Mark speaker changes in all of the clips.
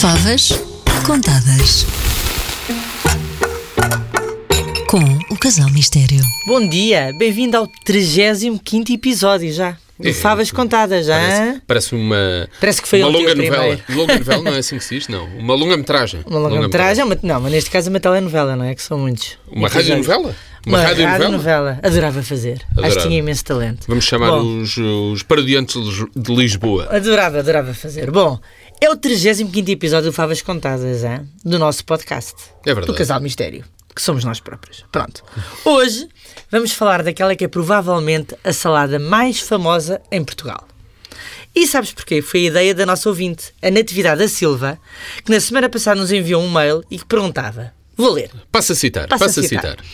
Speaker 1: Favas contadas. Com o Casal Mistério.
Speaker 2: Bom dia, bem-vindo ao 35 episódio já. Do
Speaker 3: É,
Speaker 2: Favas Contadas, já.
Speaker 3: Parece,
Speaker 2: hã?
Speaker 3: parece uma,
Speaker 2: Parece que foi
Speaker 3: uma
Speaker 2: ontem
Speaker 3: longa
Speaker 2: o
Speaker 3: novela.
Speaker 2: primeiro.
Speaker 3: Longa novela não é assim que se diz, não. Uma longa metragem.
Speaker 2: Uma longa-metragem, é uma- não, mas neste caso é uma telenovela, não é? Que são muitos.
Speaker 3: Uma
Speaker 2: episódios.
Speaker 3: rádio novela?
Speaker 2: Uma,
Speaker 3: Uma rádio
Speaker 2: radionovela.
Speaker 3: novela?
Speaker 2: Adorava fazer. Acho
Speaker 3: Adorava.
Speaker 2: que tinha imenso talento.
Speaker 3: Vamos chamar
Speaker 2: Bom.
Speaker 3: os, os parodiantes de Lis- de Lisboa.
Speaker 2: Adorava, adorava fazer. Bom, é o 35 episódio do Favas Contadas, hã? do nosso podcast.
Speaker 3: É verdade.
Speaker 2: Do Casal Mistério, que somos nós próprios. Pronto. Hoje vamos falar daquela que é provavelmente a salada mais famosa em Portugal. E sabes porquê? Foi a ideia da nossa ouvinte, a Natividade da Silva, que na semana passada nos enviou um mail e que perguntava. Vou ler.
Speaker 3: Passa a citar,
Speaker 2: Passa
Speaker 3: passa,
Speaker 2: a
Speaker 3: a
Speaker 2: citar.
Speaker 3: citar.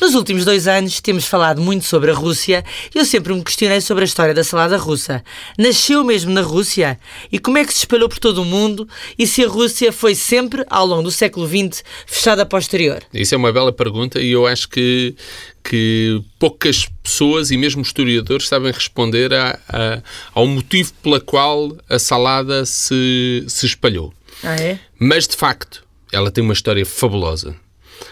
Speaker 2: Nos últimos dois anos temos falado muito sobre a Rússia e eu sempre me questionei sobre a história da salada russa. Nasceu mesmo na Rússia? E como é que se espalhou por todo o mundo? E se a Rússia foi sempre, ao longo do século XX, fechada para o exterior?
Speaker 3: Isso é uma bela pergunta e eu acho que, que poucas pessoas e mesmo historiadores sabem responder a- a- ao motivo pela qual a salada se, se espalhou.
Speaker 2: Ah, é?
Speaker 3: Mas de facto, ela tem uma história fabulosa.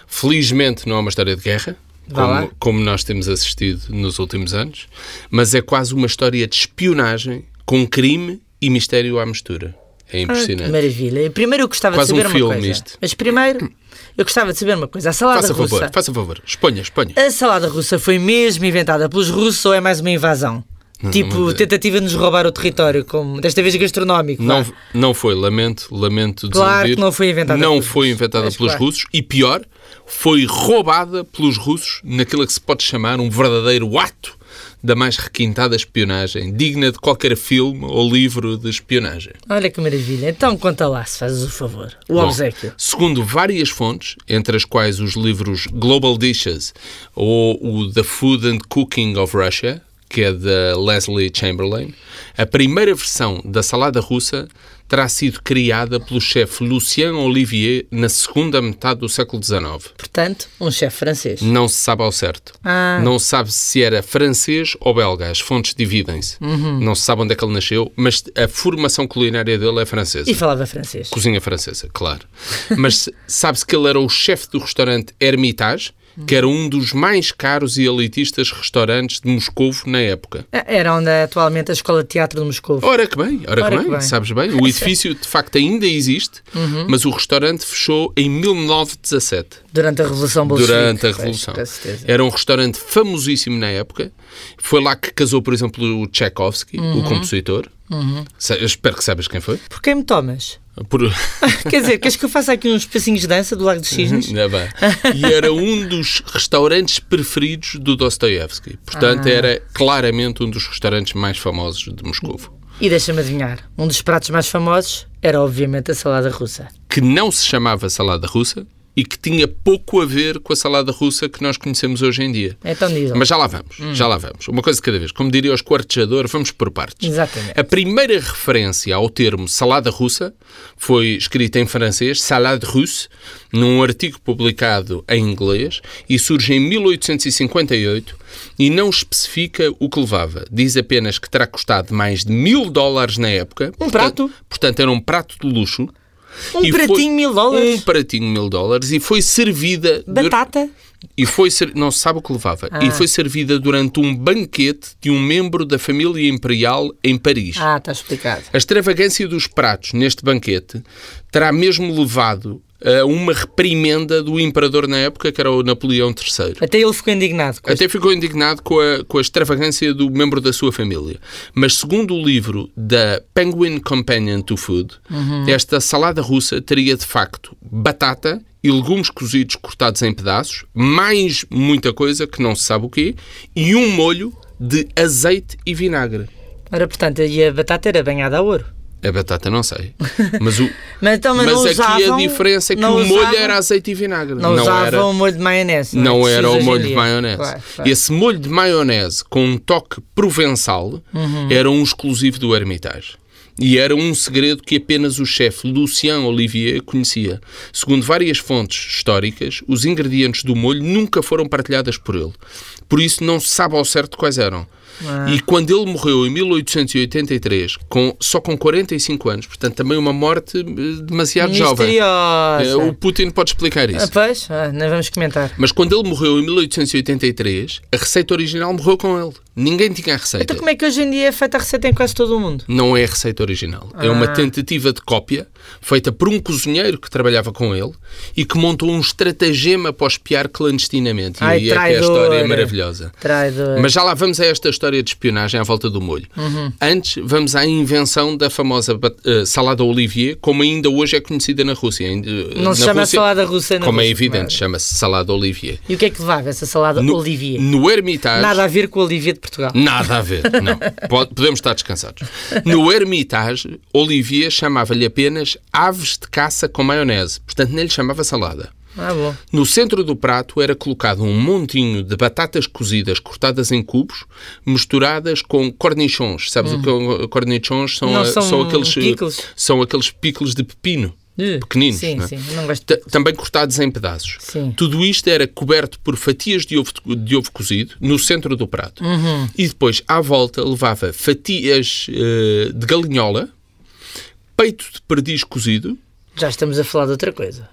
Speaker 3: Felizmente não é uma história de guerra,
Speaker 2: Vá lá.
Speaker 3: como, como nós temos assistido nos últimos anos, mas é quase uma história de espionagem com crime e mistério à mistura.
Speaker 2: Ah,
Speaker 3: É
Speaker 2: Que
Speaker 3: impressionante.
Speaker 2: maravilha. Primeiro eu gostava
Speaker 3: Quase um
Speaker 2: de saber uma
Speaker 3: filme
Speaker 2: coisa.
Speaker 3: isto.
Speaker 2: Mas primeiro eu gostava de saber uma coisa. A salada
Speaker 3: faça
Speaker 2: russa.
Speaker 3: favor, faça favor, exponha, exponha.
Speaker 2: A salada russa foi mesmo inventada pelos russos ou é mais uma invasão? tipo,
Speaker 3: não, mas-
Speaker 2: tentativa de nos roubar o território, como desta vez gastronómico.
Speaker 3: Não,
Speaker 2: vá.
Speaker 3: não foi, lamento, lamento
Speaker 2: Claro
Speaker 3: desiludir.
Speaker 2: que não foi inventada
Speaker 3: Não
Speaker 2: pelos
Speaker 3: foi
Speaker 2: russos.
Speaker 3: inventada
Speaker 2: Mas
Speaker 3: pelos
Speaker 2: claro.
Speaker 3: russos e pior, foi roubada pelos russos naquilo que se pode chamar um verdadeiro ato da mais requintada espionagem, digna de qualquer filme ou livro de espionagem.
Speaker 2: Olha que maravilha. Então conta lá, se fazes o favor. O
Speaker 3: Bom,
Speaker 2: obsequio.
Speaker 3: Segundo várias fontes, entre as quais os livros Global Dishes ou o The Food and Cooking of Russia, que é da Leslie Chamberlain, a primeira versão da salada russa terá sido criada pelo chefe Lucien Olivier na segunda metade do século XIX.
Speaker 2: Portanto, um chefe francês.
Speaker 3: Não se sabe ao certo.
Speaker 2: Ah.
Speaker 3: Não se sabe se era francês ou belga. As fontes dividem-se. Não se sabe onde é que ele nasceu, mas a formação culinária dele é francesa
Speaker 2: E falava francês.
Speaker 3: cozinha francesa, claro. Mas sabe-se que ele era o chefe do restaurante Hermitage, que era um dos mais caros e elitistas restaurantes de Moscou na época.
Speaker 2: Ah, Era onde é atualmente a Escola de Teatro de Moscou.
Speaker 3: Ora que bem, ora,
Speaker 2: Ora
Speaker 3: que,
Speaker 2: que
Speaker 3: bem,
Speaker 2: bem. Uhum.
Speaker 3: sabes bem. O edifício de facto ainda existe, mas o restaurante fechou em 1917
Speaker 2: Durante a Revolução Bolchevique.
Speaker 3: durante a
Speaker 2: Pois,
Speaker 3: Revolução.
Speaker 2: Com certeza.
Speaker 3: Era um restaurante famosíssimo na época. Foi lá que casou, por exemplo, o Tchaikovsky,
Speaker 2: Uhum.
Speaker 3: o compositor. Se- eu Espero que saibas quem foi.
Speaker 2: Por quem me tomas? Ah,
Speaker 3: Por-
Speaker 2: Quer dizer, queres que eu faça aqui uns passinhos de dança do Lago dos Cisnes?
Speaker 3: Ainda É bem. E era um dos restaurantes preferidos do Dostoevsky. Portanto, era claramente um dos restaurantes mais famosos de Moscou.
Speaker 2: E deixa-me adivinhar. Um dos pratos mais famosos era, obviamente, a salada russa.
Speaker 3: Que não se chamava salada russa e que tinha pouco a ver com a salada russa que nós conhecemos hoje em dia.
Speaker 2: Então diz
Speaker 3: Mas já lá vamos, já lá vamos. Uma coisa de cada vez. Como diria o esquartejador, vamos por partes.
Speaker 2: Exatamente.
Speaker 3: A primeira referência ao termo salada russa foi escrita em francês, salade russe, num artigo publicado em inglês e surge em 1858 e não especifica o que levava. Diz apenas que terá custado mais de mil dólares na época. Um
Speaker 2: prato?
Speaker 3: Portanto, era um prato de luxo.
Speaker 2: Um
Speaker 3: E foi-
Speaker 2: pratinho mil dólares?
Speaker 3: Um pratinho mil dólares e foi servida... dur-
Speaker 2: Batata? Ah.
Speaker 3: e foi ser- não se sabe o que levava e foi servida durante um banquete de um membro da família imperial em Paris.
Speaker 2: Ah, está explicado.
Speaker 3: A extravagância dos pratos neste banquete terá mesmo levado a uma reprimenda do imperador na época, que era o Napoleão III.
Speaker 2: Até ele ficou indignado. com
Speaker 3: Até ficou indignado com a, com a extravagância do membro da sua família. Mas, segundo o livro da Penguin Companion to Food,
Speaker 2: Uhum.
Speaker 3: esta salada russa teria de facto batata e legumes cozidos cortados em pedaços, mais muita coisa que não se sabe o quê, e um molho de azeite e vinagre.
Speaker 2: este. Ora, portanto, e a batata era banhada a ouro.
Speaker 3: A batata não sei, mas, o,
Speaker 2: Mas, então, mas,
Speaker 3: mas
Speaker 2: não
Speaker 3: aqui
Speaker 2: usavam,
Speaker 3: a diferença é que
Speaker 2: não
Speaker 3: o molho
Speaker 2: usavam-
Speaker 3: era azeite e vinagre.
Speaker 2: Não, usavam
Speaker 3: era
Speaker 2: o molho de maionese.
Speaker 3: Não
Speaker 2: é? Que se
Speaker 3: era
Speaker 2: usa
Speaker 3: o
Speaker 2: hoje em
Speaker 3: molho de
Speaker 2: dia.
Speaker 3: maionese.
Speaker 2: Claro, claro.
Speaker 3: Esse molho de maionese com um toque provençal
Speaker 2: Uhum.
Speaker 3: era um exclusivo do Hermitage. E era um segredo que apenas o chefe Lucien Olivier conhecia. Segundo várias fontes históricas, os ingredientes do molho nunca foram partilhadas por ele. Por isso não se sabe ao certo quais eram.
Speaker 2: Ah.
Speaker 3: E quando ele morreu em 1883, com, só com 45 anos, portanto também uma morte eh, demasiado jovem. Eh,
Speaker 2: Misteriosa.
Speaker 3: O Putin pode explicar
Speaker 2: Ah,
Speaker 3: isso.
Speaker 2: pois, ah, não vamos comentar.
Speaker 3: Mas quando ele morreu em 1883, a receita original morreu com ele. Ninguém tinha a receita.
Speaker 2: Então como é que hoje em dia é feita a receita em quase todo o mundo?
Speaker 3: Não é a receita original. É
Speaker 2: Ah.
Speaker 3: uma tentativa de cópia feita por um cozinheiro que trabalhava com ele e que montou um estratagema para o espiar clandestinamente. E
Speaker 2: Ai,
Speaker 3: aí é que a
Speaker 2: traidor.
Speaker 3: história é maravilhosa.
Speaker 2: Traidor.
Speaker 3: Mas já lá vamos a esta história de espionagem à volta do molho.
Speaker 2: Uhum.
Speaker 3: Antes, vamos à invenção da famosa bat- eh, salada Olivier, como ainda hoje é conhecida na Rússia. Ainda, eh,
Speaker 2: Não se
Speaker 3: na
Speaker 2: chama
Speaker 3: Rússia,
Speaker 2: salada russa, não.
Speaker 3: Como é evidente, chama-se salada Olivier.
Speaker 2: E o que é que levava essa salada
Speaker 3: No,
Speaker 2: Olivier?
Speaker 3: no Hermitage...
Speaker 2: Nada a ver com a Olivia de Portugal.
Speaker 3: Nada a ver, não. Po- Podemos estar descansados. No Hermitage, Olivier chamava-lhe apenas aves de caça com maionese, portanto nem lhe chamava salada.
Speaker 2: Ah, bom.
Speaker 3: No centro do prato era colocado um montinho de batatas cozidas cortadas em cubos, misturadas com cornichons. Sabes o que é- cornichons são?
Speaker 2: Hum. Não
Speaker 3: eh,
Speaker 2: são
Speaker 3: aqueles eh,
Speaker 2: picles?
Speaker 3: são aqueles picles de pepino.
Speaker 2: Uh,
Speaker 3: Pequeninos,
Speaker 2: Sim,
Speaker 3: não é?
Speaker 2: sim. Não gosto de
Speaker 3: Ta- também cortados em pedaços.
Speaker 2: Sim.
Speaker 3: Tudo isto era coberto por fatias de ovo, de ovo cozido no centro do prato.
Speaker 2: Uhum.
Speaker 3: E depois, à volta, levava fatias eh, de galinhola, peito de perdiz cozido,
Speaker 2: Já estamos a falar de outra coisa.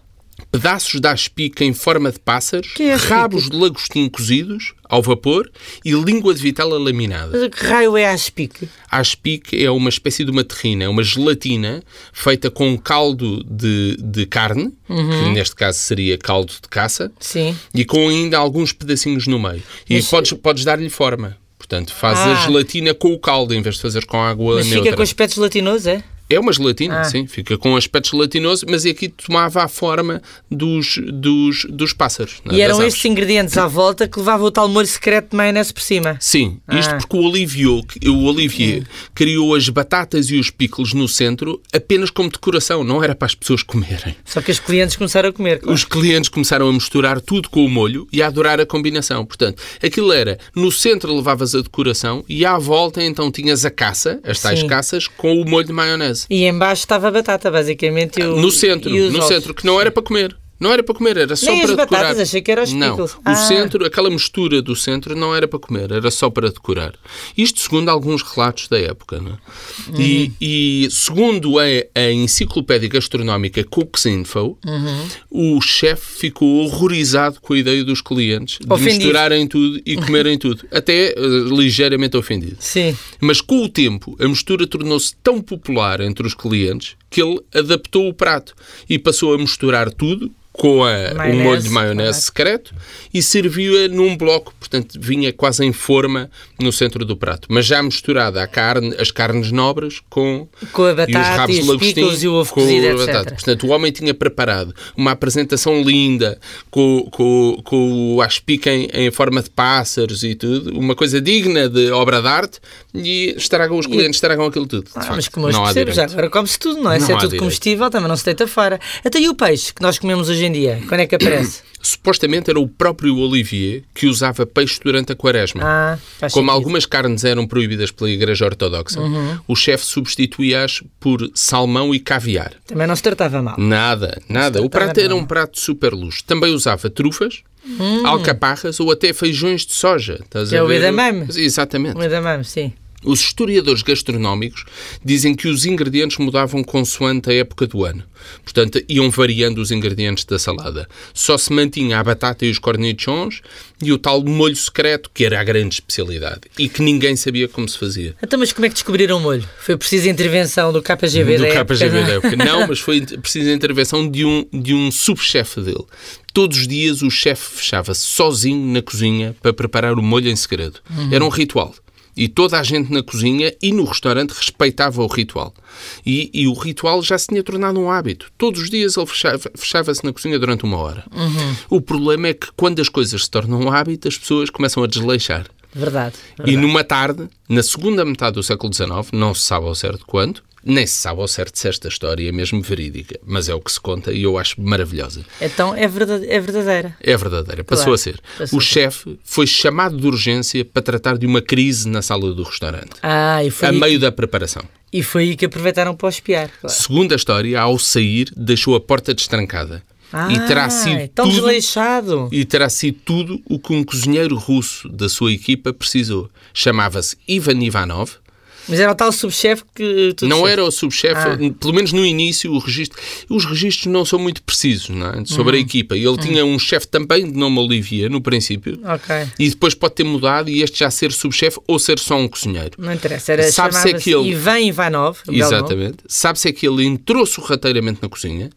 Speaker 3: pedaços de aspica em forma de pássaros,
Speaker 2: Que é aspic?
Speaker 3: rabos de lagostim cozidos ao vapor e língua de vitela laminada.
Speaker 2: Mas o que raio é a aspic?
Speaker 3: A aspic é uma espécie de uma terrina, é uma gelatina feita com um caldo de, de carne,
Speaker 2: Uhum.
Speaker 3: que neste caso seria caldo de caça,
Speaker 2: Sim.
Speaker 3: e com ainda alguns pedacinhos no meio. E podes, podes dar-lhe forma. Portanto, faz a
Speaker 2: Ah.
Speaker 3: gelatina com o caldo em vez de fazer com água
Speaker 2: Mas
Speaker 3: neutra.
Speaker 2: fica com aspectos latinosos, é?
Speaker 3: É uma gelatina, sim. Fica com um aspecto gelatinoso, mas aqui tomava a forma dos, dos, dos pássaros. não é?
Speaker 2: E eram
Speaker 3: Das aves.
Speaker 2: estes ingredientes à volta que levavam o tal molho secreto de maionese por cima.
Speaker 3: Sim, isto
Speaker 2: Ah.
Speaker 3: porque o Olivier, o Olivier criou as batatas e os picles no centro apenas como decoração, não era para as pessoas comerem.
Speaker 2: Só que os clientes começaram a comer. claro.
Speaker 3: Os clientes começaram a misturar tudo com o molho e a adorar a combinação. Portanto, aquilo era, no centro levavas a decoração e à volta então tinhas a caça, as tais
Speaker 2: Sim.
Speaker 3: caças, com o molho de maionese.
Speaker 2: E em baixo estava a batata, basicamente. e o-
Speaker 3: No centro,
Speaker 2: e os
Speaker 3: no
Speaker 2: ovos.
Speaker 3: centro, que não era para comer. Não era para comer, era só
Speaker 2: Nem as
Speaker 3: para decorar.
Speaker 2: batatas, achei que era os
Speaker 3: não,
Speaker 2: pickles.
Speaker 3: o
Speaker 2: Ah.
Speaker 3: centro, aquela mistura do centro não era para comer, era só para decorar. Isto segundo alguns relatos da época, não é? E, e segundo a, a enciclopédia gastronómica Cook's Info,
Speaker 2: Uhum.
Speaker 3: o chefe ficou horrorizado com a ideia dos clientes de
Speaker 2: Ofendido.
Speaker 3: misturarem tudo e comerem tudo, até eh, ligeiramente ofendido.
Speaker 2: Sim.
Speaker 3: Mas com o tempo, a mistura tornou-se tão popular entre os clientes que ele adaptou o prato e passou a misturar tudo com a-
Speaker 2: Maionese,
Speaker 3: o molho de maionese
Speaker 2: claro.
Speaker 3: secreto e serviu-a num bloco, portanto vinha quase em forma no centro do prato, mas já misturada a carne, as carnes nobres com,
Speaker 2: Com a
Speaker 3: e os
Speaker 2: batata,
Speaker 3: rabos
Speaker 2: e,
Speaker 3: de
Speaker 2: os
Speaker 3: lagostim
Speaker 2: picles, e o ovo
Speaker 3: com
Speaker 2: cozido,
Speaker 3: a
Speaker 2: etc.
Speaker 3: batata. Portanto, o homem tinha preparado uma apresentação linda com, com, com o aspic em, em forma de pássaros e tudo, uma coisa digna de obra de arte e estragam os clientes, estragam aquilo tudo. De
Speaker 2: Ah,
Speaker 3: facto,
Speaker 2: mas como hoje
Speaker 3: não há
Speaker 2: percebes,
Speaker 3: direito.
Speaker 2: agora come-se tudo, não é? Se é
Speaker 3: Não há
Speaker 2: tudo
Speaker 3: direito.
Speaker 2: comestível, também não se deita fora. Até e o peixe que nós comemos hoje em dia? Quando é que aparece?
Speaker 3: Supostamente era o próprio Olivier que usava peixe durante a quaresma.
Speaker 2: Ah, faz
Speaker 3: Como
Speaker 2: sentido.
Speaker 3: algumas carnes eram proibidas pela Igreja Ortodoxa,
Speaker 2: Uhum.
Speaker 3: o chefe substituía-as por salmão e caviar.
Speaker 2: Também não se tratava mal.
Speaker 3: Nada, nada. O prato
Speaker 2: nada.
Speaker 3: era um prato super luxo. Também usava trufas, alcaparras ou até feijões de soja. Estás
Speaker 2: Hum. Que
Speaker 3: a
Speaker 2: é o
Speaker 3: ver?
Speaker 2: edamame. É.
Speaker 3: Exatamente.
Speaker 2: Comida mamos, sim.
Speaker 3: Os historiadores gastronómicos dizem que os ingredientes mudavam consoante a época do ano. Portanto, iam variando os ingredientes da salada. Só se mantinha a batata e os cornichons e o tal molho secreto, que era a grande especialidade e que ninguém sabia como se fazia.
Speaker 2: Então, mas como é que descobriram o molho? Foi preciso a intervenção do KGB da
Speaker 3: do
Speaker 2: época,
Speaker 3: KGB
Speaker 2: não
Speaker 3: da
Speaker 2: é?
Speaker 3: época. Não, mas foi int- preciso a intervenção de um, de um subchefe dele. Todos os dias o chefe fechava-se sozinho na cozinha para preparar o molho em segredo. Era um ritual. E toda a gente na cozinha e no restaurante respeitava o ritual. E, e o ritual já se tinha tornado um hábito. Todos os dias ele fechava- fechava-se na cozinha durante uma hora. O problema é que quando as coisas se tornam um hábito, as pessoas começam a desleixar.
Speaker 2: Verdade.
Speaker 3: E numa tarde, na segunda metade do século XIX, não se sabe ao certo quando, nem se sabe ao certo se esta história é mesmo verídica, mas é o que se conta e eu acho maravilhosa.
Speaker 2: Então, é, verdade, é verdadeira.
Speaker 3: É verdadeira, passou
Speaker 2: Claro,
Speaker 3: a ser.
Speaker 2: passou
Speaker 3: o
Speaker 2: a ser.
Speaker 3: chefe foi chamado de urgência para tratar de uma crise na sala do restaurante,
Speaker 2: Ah, e foi,
Speaker 3: a
Speaker 2: aí-
Speaker 3: meio da preparação.
Speaker 2: e foi aí que aproveitaram para o espiar. claro.
Speaker 3: Segundo a história, ao sair, deixou a porta destrancada. e
Speaker 2: Ah,
Speaker 3: terá sido
Speaker 2: tão então
Speaker 3: tudo
Speaker 2: desleixado.
Speaker 3: e terá sido tudo o que um cozinheiro russo da sua equipa precisou. Chamava-se Ivan Ivanov.
Speaker 2: Mas era o tal subchefe que... tu
Speaker 3: não
Speaker 2: disseste.
Speaker 3: era o subchefe,
Speaker 2: Ah.
Speaker 3: pelo menos no início, o registro. Os registros não são muito precisos não é? sobre a
Speaker 2: Uhum.
Speaker 3: equipa. Ele tinha um chefe também de nome Olivier, no princípio,
Speaker 2: Ok.
Speaker 3: e depois pode ter mudado e este já ser subchefe ou ser só um cozinheiro.
Speaker 2: Não interessa, era
Speaker 3: Sabe-se
Speaker 2: chamava-se
Speaker 3: aquele-
Speaker 2: Ivan Ivanov. um belo nome.
Speaker 3: Exatamente. Sabe-se é que ele entrou sorrateiramente na cozinha,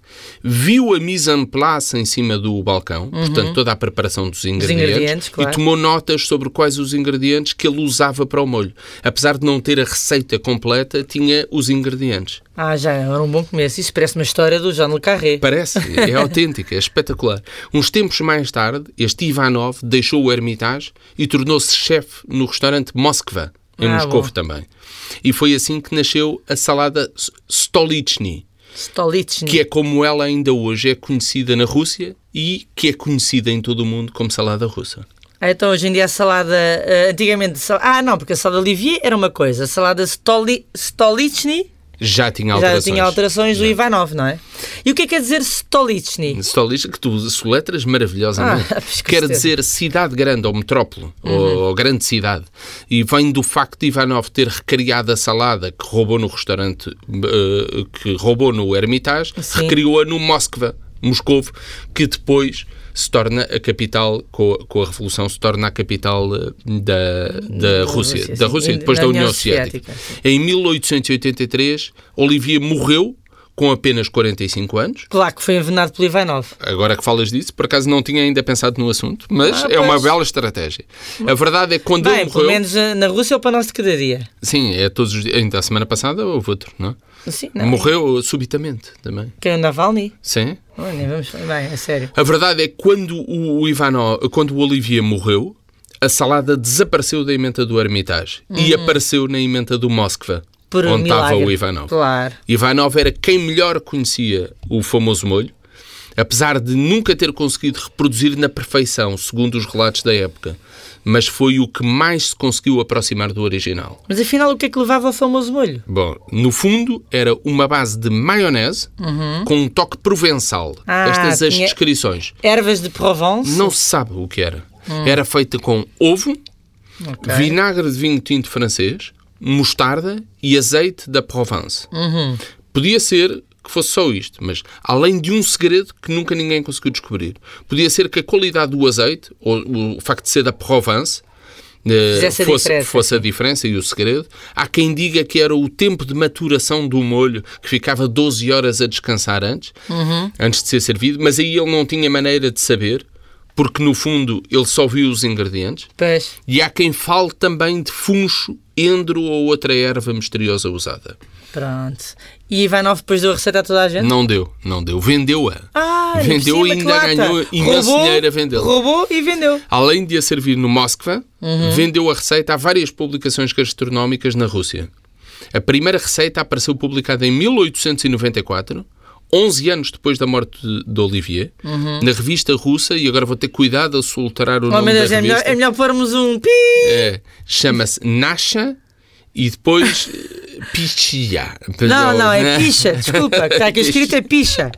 Speaker 3: viu a mise en place em cima do balcão, portanto, toda a preparação dos ingredientes,
Speaker 2: Uhum. ingredientes, claro.
Speaker 3: e tomou notas sobre quais os ingredientes que ele usava para o molho. Apesar de não ter a receita completa, tinha os ingredientes.
Speaker 2: Ah, já, era um bom começo. Isso parece uma história do Jean Le Carré.
Speaker 3: Parece, é autêntica, é espetacular. Uns tempos mais tarde, este Ivanov deixou o Hermitage e tornou-se chefe no restaurante Moskva, em
Speaker 2: Ah,
Speaker 3: Moscou
Speaker 2: bom.
Speaker 3: também. E foi assim que nasceu a salada S- Stolichny.
Speaker 2: Stolichny.
Speaker 3: que é como ela ainda hoje é conhecida na Rússia e que é conhecida em todo o mundo como salada russa.
Speaker 2: Ah, então hoje em dia a salada. eh, antigamente. sal- Ah, não, porque a salada Olivier era uma coisa. A salada Stoli... Stolichny
Speaker 3: Já tinha
Speaker 2: já
Speaker 3: alterações.
Speaker 2: tinha alterações do Ivanov, não é? E o que é que quer dizer Stolichny?
Speaker 3: Stolichny, que tu soletras maravilhosamente.
Speaker 2: Ah, pois, com
Speaker 3: Quer
Speaker 2: certeza. Uhum.
Speaker 3: dizer cidade grande ou metrópole, ou, ou grande cidade. E vem do facto de Ivanov ter recriado a salada que roubou no restaurante, eh, que roubou no Hermitage,
Speaker 2: Sim.
Speaker 3: recriou-a no Moskva, Moscovo, que depois se torna a capital, com a, com a Revolução, se torna a capital eh, da, da, Rússia.
Speaker 2: Rússia,
Speaker 3: da
Speaker 2: sim.
Speaker 3: Rússia,
Speaker 2: E
Speaker 3: depois
Speaker 2: da
Speaker 3: da
Speaker 2: União
Speaker 3: União Soviética.
Speaker 2: Soviética, sim.
Speaker 3: Em 1883, Olivier morreu com apenas 45 anos.
Speaker 2: Claro que foi envenenado pelo Ivanov.
Speaker 3: Agora que falas disso, por acaso não tinha ainda pensado no assunto, mas
Speaker 2: Ah,
Speaker 3: é uma
Speaker 2: pois.
Speaker 3: bela estratégia. A verdade é que quando
Speaker 2: Bem,
Speaker 3: ele
Speaker 2: pelo
Speaker 3: morreu.
Speaker 2: menos eh, na Rússia ou para nós de cada dia.
Speaker 3: Sim, é todos os dias. Ainda a semana passada houve outro, não?
Speaker 2: Sim,
Speaker 3: é?
Speaker 2: não.
Speaker 3: Morreu subitamente também.
Speaker 2: Que é o Navalny.
Speaker 3: Sim.
Speaker 2: Olha, vamos. Bem, é sério.
Speaker 3: A verdade é que quando o o Ivanov, quando o Olivier morreu, a salada desapareceu da emenda do Hermitage e apareceu na emenda do Moskva,
Speaker 2: Hum. Por um
Speaker 3: onde estava
Speaker 2: milagre.
Speaker 3: o Ivanov.
Speaker 2: Claro.
Speaker 3: Ivanov era quem melhor conhecia o famoso molho, apesar de nunca ter conseguido reproduzir na perfeição, segundo os relatos da época, mas foi o que mais se conseguiu aproximar do original.
Speaker 2: Mas afinal, o que é que levava ao famoso molho?
Speaker 3: Bom, no fundo era uma base de maionese com um toque provençal.
Speaker 2: Uhum. Ah,
Speaker 3: Estas as
Speaker 2: tinha-
Speaker 3: descrições.
Speaker 2: Ervas de Provence?
Speaker 3: Não se sabe o que era. Era feita com ovo,
Speaker 2: Hum. Ok.
Speaker 3: vinagre de vinho tinto francês, mostarda e azeite da Provence. Podia ser que fosse só isto, mas além de um segredo que nunca ninguém conseguiu descobrir, podia ser que a qualidade do azeite, ou o facto de ser da Provence, eh,
Speaker 2: Fizesse a
Speaker 3: fosse,
Speaker 2: diferença,
Speaker 3: fosse a diferença e o segredo. Há quem diga que era o tempo de maturação do molho, que ficava 12 horas a descansar antes,
Speaker 2: Uhum.
Speaker 3: antes de ser servido, mas aí ele não tinha maneira de saber, porque no fundo ele só viu os ingredientes.
Speaker 2: Pois.
Speaker 3: E há quem fale também de funcho, endro ou outra erva misteriosa usada.
Speaker 2: Pronto. E Ivanov depois deu a receita a toda a gente?
Speaker 3: Não deu, não deu. Vendeu-a.
Speaker 2: Ah,
Speaker 3: Vendeu e
Speaker 2: por cima,
Speaker 3: ainda
Speaker 2: que lata.
Speaker 3: ganhou imenso
Speaker 2: Roubou,
Speaker 3: dinheiro a vendê-la.
Speaker 2: Roubou Uhum. e vendeu.
Speaker 3: Além de a servir no Moskva, vendeu a receita a várias publicações gastronómicas na Rússia. A primeira receita apareceu publicada em 1894, 11 anos depois da morte de, de Olivier, na revista russa, e agora vou ter cuidado a soltar o
Speaker 2: Uhum. Oh,
Speaker 3: nome
Speaker 2: meu
Speaker 3: da
Speaker 2: Deus, é
Speaker 3: revista.
Speaker 2: melhor, é melhor pormos um pi.
Speaker 3: É, Chama-se Nasha e depois eh, Pichia.
Speaker 2: Não, não, é
Speaker 3: Né?
Speaker 2: picha. Desculpa, que está aqui escrito é picha.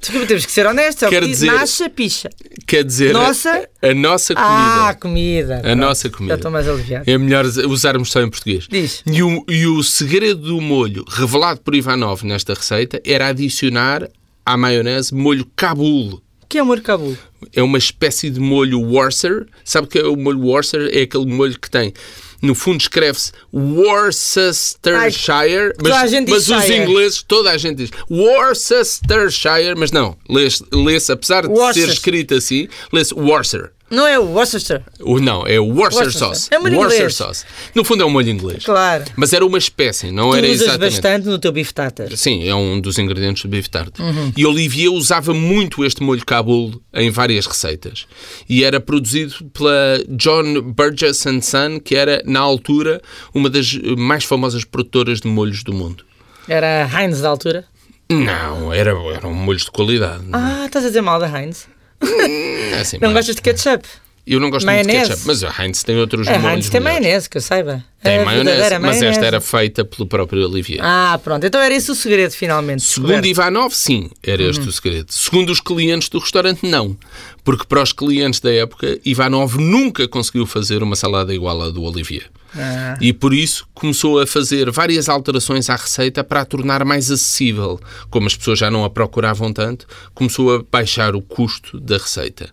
Speaker 2: Desculpa, temos que ser honestos. é o
Speaker 3: Quer
Speaker 2: que diz,
Speaker 3: dizer-
Speaker 2: Nasce, picha.
Speaker 3: Quer dizer,
Speaker 2: Nossa-
Speaker 3: a, a nossa comida.
Speaker 2: Ah, comida.
Speaker 3: a nossa comida.
Speaker 2: Já estou mais aliviado.
Speaker 3: É melhor usarmos só em português.
Speaker 2: Diz.
Speaker 3: E o, e o segredo do molho, revelado por Ivanov nesta receita, era adicionar à maionese molho Cabul.
Speaker 2: Que é amor cabul?
Speaker 3: É uma espécie de molho Worcester. Sabe o que é o molho Worcester? É aquele molho que tem. No fundo escreve-se Worcestershire,
Speaker 2: toda a gente diz
Speaker 3: mas os
Speaker 2: Shire.
Speaker 3: ingleses, toda a gente diz Worcestershire, mas não, lê-se, lê-se, apesar de
Speaker 2: Worcester.
Speaker 3: ser escrito assim, lê-se Worcester.
Speaker 2: Não é o Worcester?
Speaker 3: O- Não, é o Worcester,
Speaker 2: Worcester.
Speaker 3: Sauce.
Speaker 2: É um molho
Speaker 3: Worcester
Speaker 2: inglês.
Speaker 3: Sauce. No fundo é um molho inglês.
Speaker 2: Claro.
Speaker 3: Mas era uma espécie, não era
Speaker 2: tu usas
Speaker 3: exatamente.
Speaker 2: bastante no teu bife tartar.
Speaker 3: Sim, é um dos ingredientes do bife tarte.
Speaker 2: Uhum.
Speaker 3: E Olivier usava muito este molho cabul em várias receitas. E era produzido pela John Burgess and Son, que era, na altura, uma das eh, mais famosas produtoras de molhos do mundo.
Speaker 2: Era a Heinz da altura?
Speaker 3: Não, era, eram molhos de qualidade. não
Speaker 2: Ah, estás a dizer mal da Heinz?
Speaker 3: é assim,
Speaker 2: Não
Speaker 3: mas-
Speaker 2: gostas de ketchup?
Speaker 3: Eu não gosto muito
Speaker 2: Maionese?
Speaker 3: de ketchup, mas a Heinz tem outros
Speaker 2: A
Speaker 3: molhos
Speaker 2: Heinz tem
Speaker 3: melhores.
Speaker 2: maionese, que eu saiba.
Speaker 3: É Tem
Speaker 2: A
Speaker 3: maionese,
Speaker 2: verdadeira
Speaker 3: mas esta
Speaker 2: maionese.
Speaker 3: era feita pelo próprio Olivier.
Speaker 2: Ah, pronto. Então era esse o segredo, finalmente.
Speaker 3: Segundo
Speaker 2: descoberto.
Speaker 3: Ivanov, sim, era este o segredo. Segundo os clientes do restaurante, não. Porque para os clientes da época, Ivanov nunca conseguiu fazer uma salada igual à do Olivier.
Speaker 2: Ah.
Speaker 3: E por isso começou a fazer várias alterações à receita para a tornar mais acessível. Como as pessoas já não a procuravam tanto, começou a baixar o custo da receita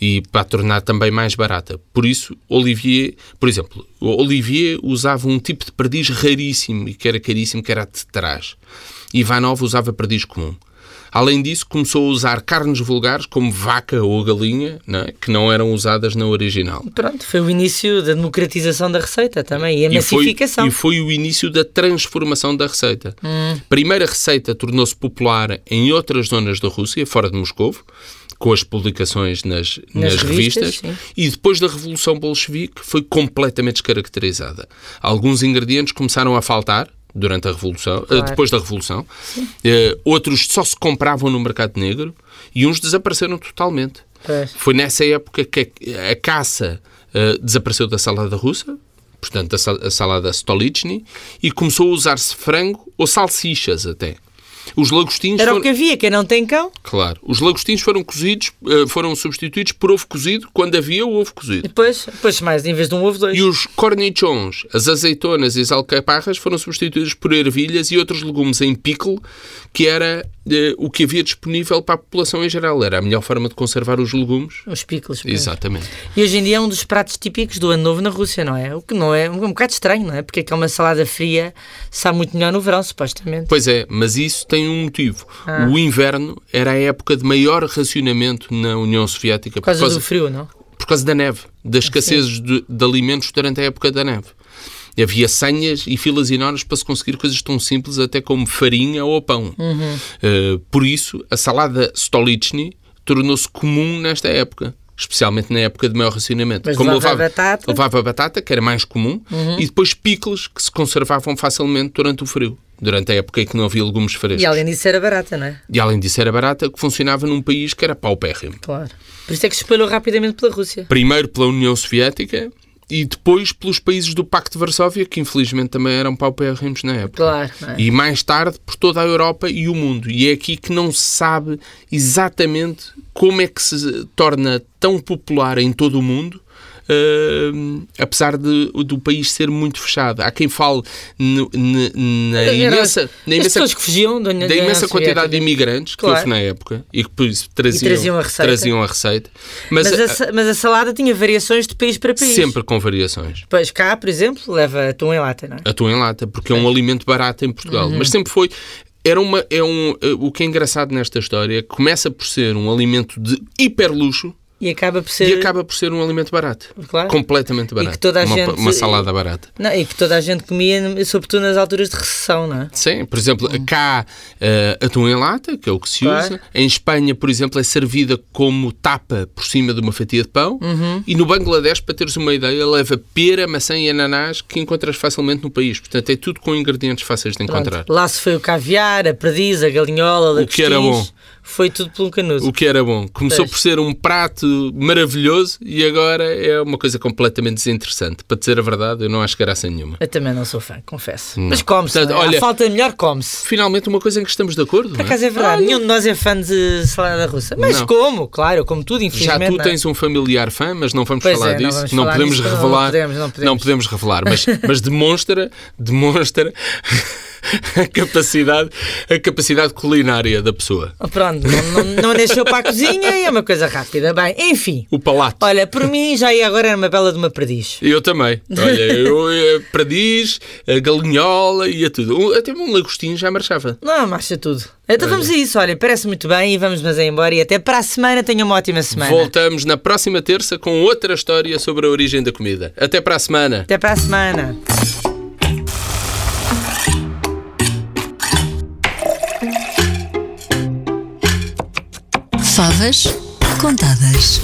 Speaker 3: e para a tornar também mais barata. Por isso, Olivier, por exemplo, o Olivier usava um tipo de perdiz raríssimo e que era caríssimo, que era a de trás. Ivanov usava perdiz comum. Além disso, começou a usar carnes vulgares como vaca ou galinha, não é? que não eram usadas na original.
Speaker 2: Pronto, foi o início da democratização da receita também e a
Speaker 3: E foi,
Speaker 2: massificação. Hum.
Speaker 3: e foi o início da transformação da receita. Primeiro, a receita tornou-se popular em outras zonas da Rússia, fora de Moscou, com as publicações nas, nas,
Speaker 2: revistas,
Speaker 3: revistas, e depois da Revolução Bolchevique foi completamente descaracterizada. Alguns ingredientes começaram a faltar durante a Revolução, eh, depois da Revolução, Eh, outros só se compravam no mercado negro e uns desapareceram totalmente.
Speaker 2: Pois.
Speaker 3: Foi nessa época que a, a caça eh, desapareceu da salada russa, portanto, da sal- a salada Stolichny, e começou a usar-se frango ou salsichas até. Os lagostins
Speaker 2: Era
Speaker 3: foram...
Speaker 2: o que havia, quem não tem cão.
Speaker 3: Claro. Os lagostins foram cozidos, eh, foram substituídos por ovo cozido quando havia o ovo cozido.
Speaker 2: Depois, depois mais, em vez de um ovo, dois.
Speaker 3: E os cornichons, as azeitonas e as alcaparras foram substituídos por ervilhas e outros legumes em pickle, que era eh, o que havia disponível para a população em geral. Era a melhor forma de conservar os legumes.
Speaker 2: Os picles. Um pois.
Speaker 3: Exatamente.
Speaker 2: E hoje em dia é um dos pratos típicos do ano novo na Rússia, não é? O que não é um bocado estranho, não é? Porque é que é uma salada fria, sabe muito melhor no verão, supostamente.
Speaker 3: Pois é, mas isso tem um motivo.
Speaker 2: Ah.
Speaker 3: O inverno era a época de maior racionamento na União Soviética
Speaker 2: Por causa do frio, não?
Speaker 3: por causa da neve, das escassezes de, de alimentos durante a época da neve. Havia senhas e filas enormes para se conseguir coisas tão simples até como farinha ou pão.
Speaker 2: Uhum.
Speaker 3: Eh, por isso, a salada Stolichny tornou-se comum nesta época, especialmente na época de maior racionamento.
Speaker 2: Mas levava batata. Uhum.
Speaker 3: levava batata, que era mais comum, e depois picles que se conservavam facilmente durante o frio, durante a época em que não havia legumes frescos.
Speaker 2: E além disso era barata, não é?
Speaker 3: E além disso era barata, que funcionava num país que era paupérrimo.
Speaker 2: Claro. Por isso é que se espalhou rapidamente pela Rússia.
Speaker 3: primeiro pela União Soviética e depois pelos países do Pacto de Varsóvia, que infelizmente também eram paupérrimos na época.
Speaker 2: Claro, não é?
Speaker 3: E mais tarde por toda a Europa e o mundo. E é aqui que não se sabe exatamente como é que se torna tão popular em todo o mundo. hum, apesar de, do país ser muito fechado, há quem fale no- n- na
Speaker 2: Era-
Speaker 3: É imensa, na
Speaker 2: As
Speaker 3: imensa
Speaker 2: pessoas que fugiam da, União-
Speaker 3: da imensa
Speaker 2: União
Speaker 3: quantidade
Speaker 2: Soviética.
Speaker 3: de imigrantes que
Speaker 2: Claro.
Speaker 3: houve na época e que por isso traziam,
Speaker 2: traziam a receita.
Speaker 3: traziam a receita. Mas, eh,
Speaker 2: Mas
Speaker 3: a-
Speaker 2: a, sa- mas a salada tinha variações de país para país.
Speaker 3: Sempre com variações.
Speaker 2: Pois cá, por exemplo, leva atum em lata, não é?
Speaker 3: Atum em lata, porque é um alimento barato em Portugal.
Speaker 2: Uhum.
Speaker 3: Mas sempre foi. Era uma, é um, eh, o que é engraçado nesta história é que começa por ser um alimento de hiperluxo
Speaker 2: E acaba por ser.
Speaker 3: e acaba por ser um alimento barato.
Speaker 2: Eh. Claro.
Speaker 3: Completamente barato.
Speaker 2: toda a
Speaker 3: uma,
Speaker 2: gente-
Speaker 3: uma salada barata.
Speaker 2: Não, e que toda a gente comia, sobretudo nas alturas de recessão, não é?
Speaker 3: Sim, por exemplo, cá eh, atum em lata, que é o que se
Speaker 2: Claro.
Speaker 3: usa. Em Espanha, por exemplo, é servida como tapa por cima de uma fatia de pão.
Speaker 2: Uhum.
Speaker 3: E no Bangladesh, para teres uma ideia, leva pera, maçã e ananás que encontras facilmente no país. Portanto, é tudo com ingredientes fáceis de
Speaker 2: Pronto.
Speaker 3: encontrar.
Speaker 2: Lá se foi o caviar, a perdiz, a galinhola,
Speaker 3: O que era
Speaker 2: lagostins. Foi tudo por um canudo.
Speaker 3: O que era bom. Começou
Speaker 2: Pois.
Speaker 3: por ser um prato maravilhoso e agora é uma coisa completamente desinteressante. Para dizer a verdade, eu não acho graça nenhuma.
Speaker 2: Eu também não sou fã, confesso.
Speaker 3: Não.
Speaker 2: Mas come-se.
Speaker 3: Portanto,
Speaker 2: não é?
Speaker 3: olha-
Speaker 2: À falta de melhor, come-se.
Speaker 3: Finalmente, uma coisa em que estamos de acordo.
Speaker 2: Por
Speaker 3: não é?
Speaker 2: acaso é verdade, nenhum de nós é fã de salada russa. Mas
Speaker 3: Não.
Speaker 2: como? Claro, eu como tudo,
Speaker 3: Já
Speaker 2: infelizmente.
Speaker 3: tu
Speaker 2: não é?
Speaker 3: tens um familiar fã, mas não vamos
Speaker 2: Pois
Speaker 3: falar
Speaker 2: é, não
Speaker 3: disso.
Speaker 2: vamos
Speaker 3: Não,
Speaker 2: falar
Speaker 3: podemos
Speaker 2: disso, não
Speaker 3: revelar.
Speaker 2: podemos, não podemos.
Speaker 3: revelar, mas, mas demonstra, demonstra a capacidade, a capacidade culinária da pessoa.
Speaker 2: Oh, Pronto, não, não, não nasceu para a cozinha e é uma coisa rápida. Bem, enfim.
Speaker 3: O palato.
Speaker 2: Olha, por mim já ia agora era uma bela de uma perdiz.
Speaker 3: Eu também. Olha, eu eh, perdiz, a galinhola e a tudo. Um- Até um lagostinho já marchava.
Speaker 2: Não, marcha tudo. Então vamos a isso, olha, parece muito bem e vamos mas é embora e até para a semana tenha uma ótima semana.
Speaker 3: Voltamos na próxima terça com outra história sobre a origem da comida. Até para a semana.
Speaker 2: Até para a semana.
Speaker 1: Favas contadas.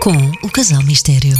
Speaker 1: Com o Casal Mistério.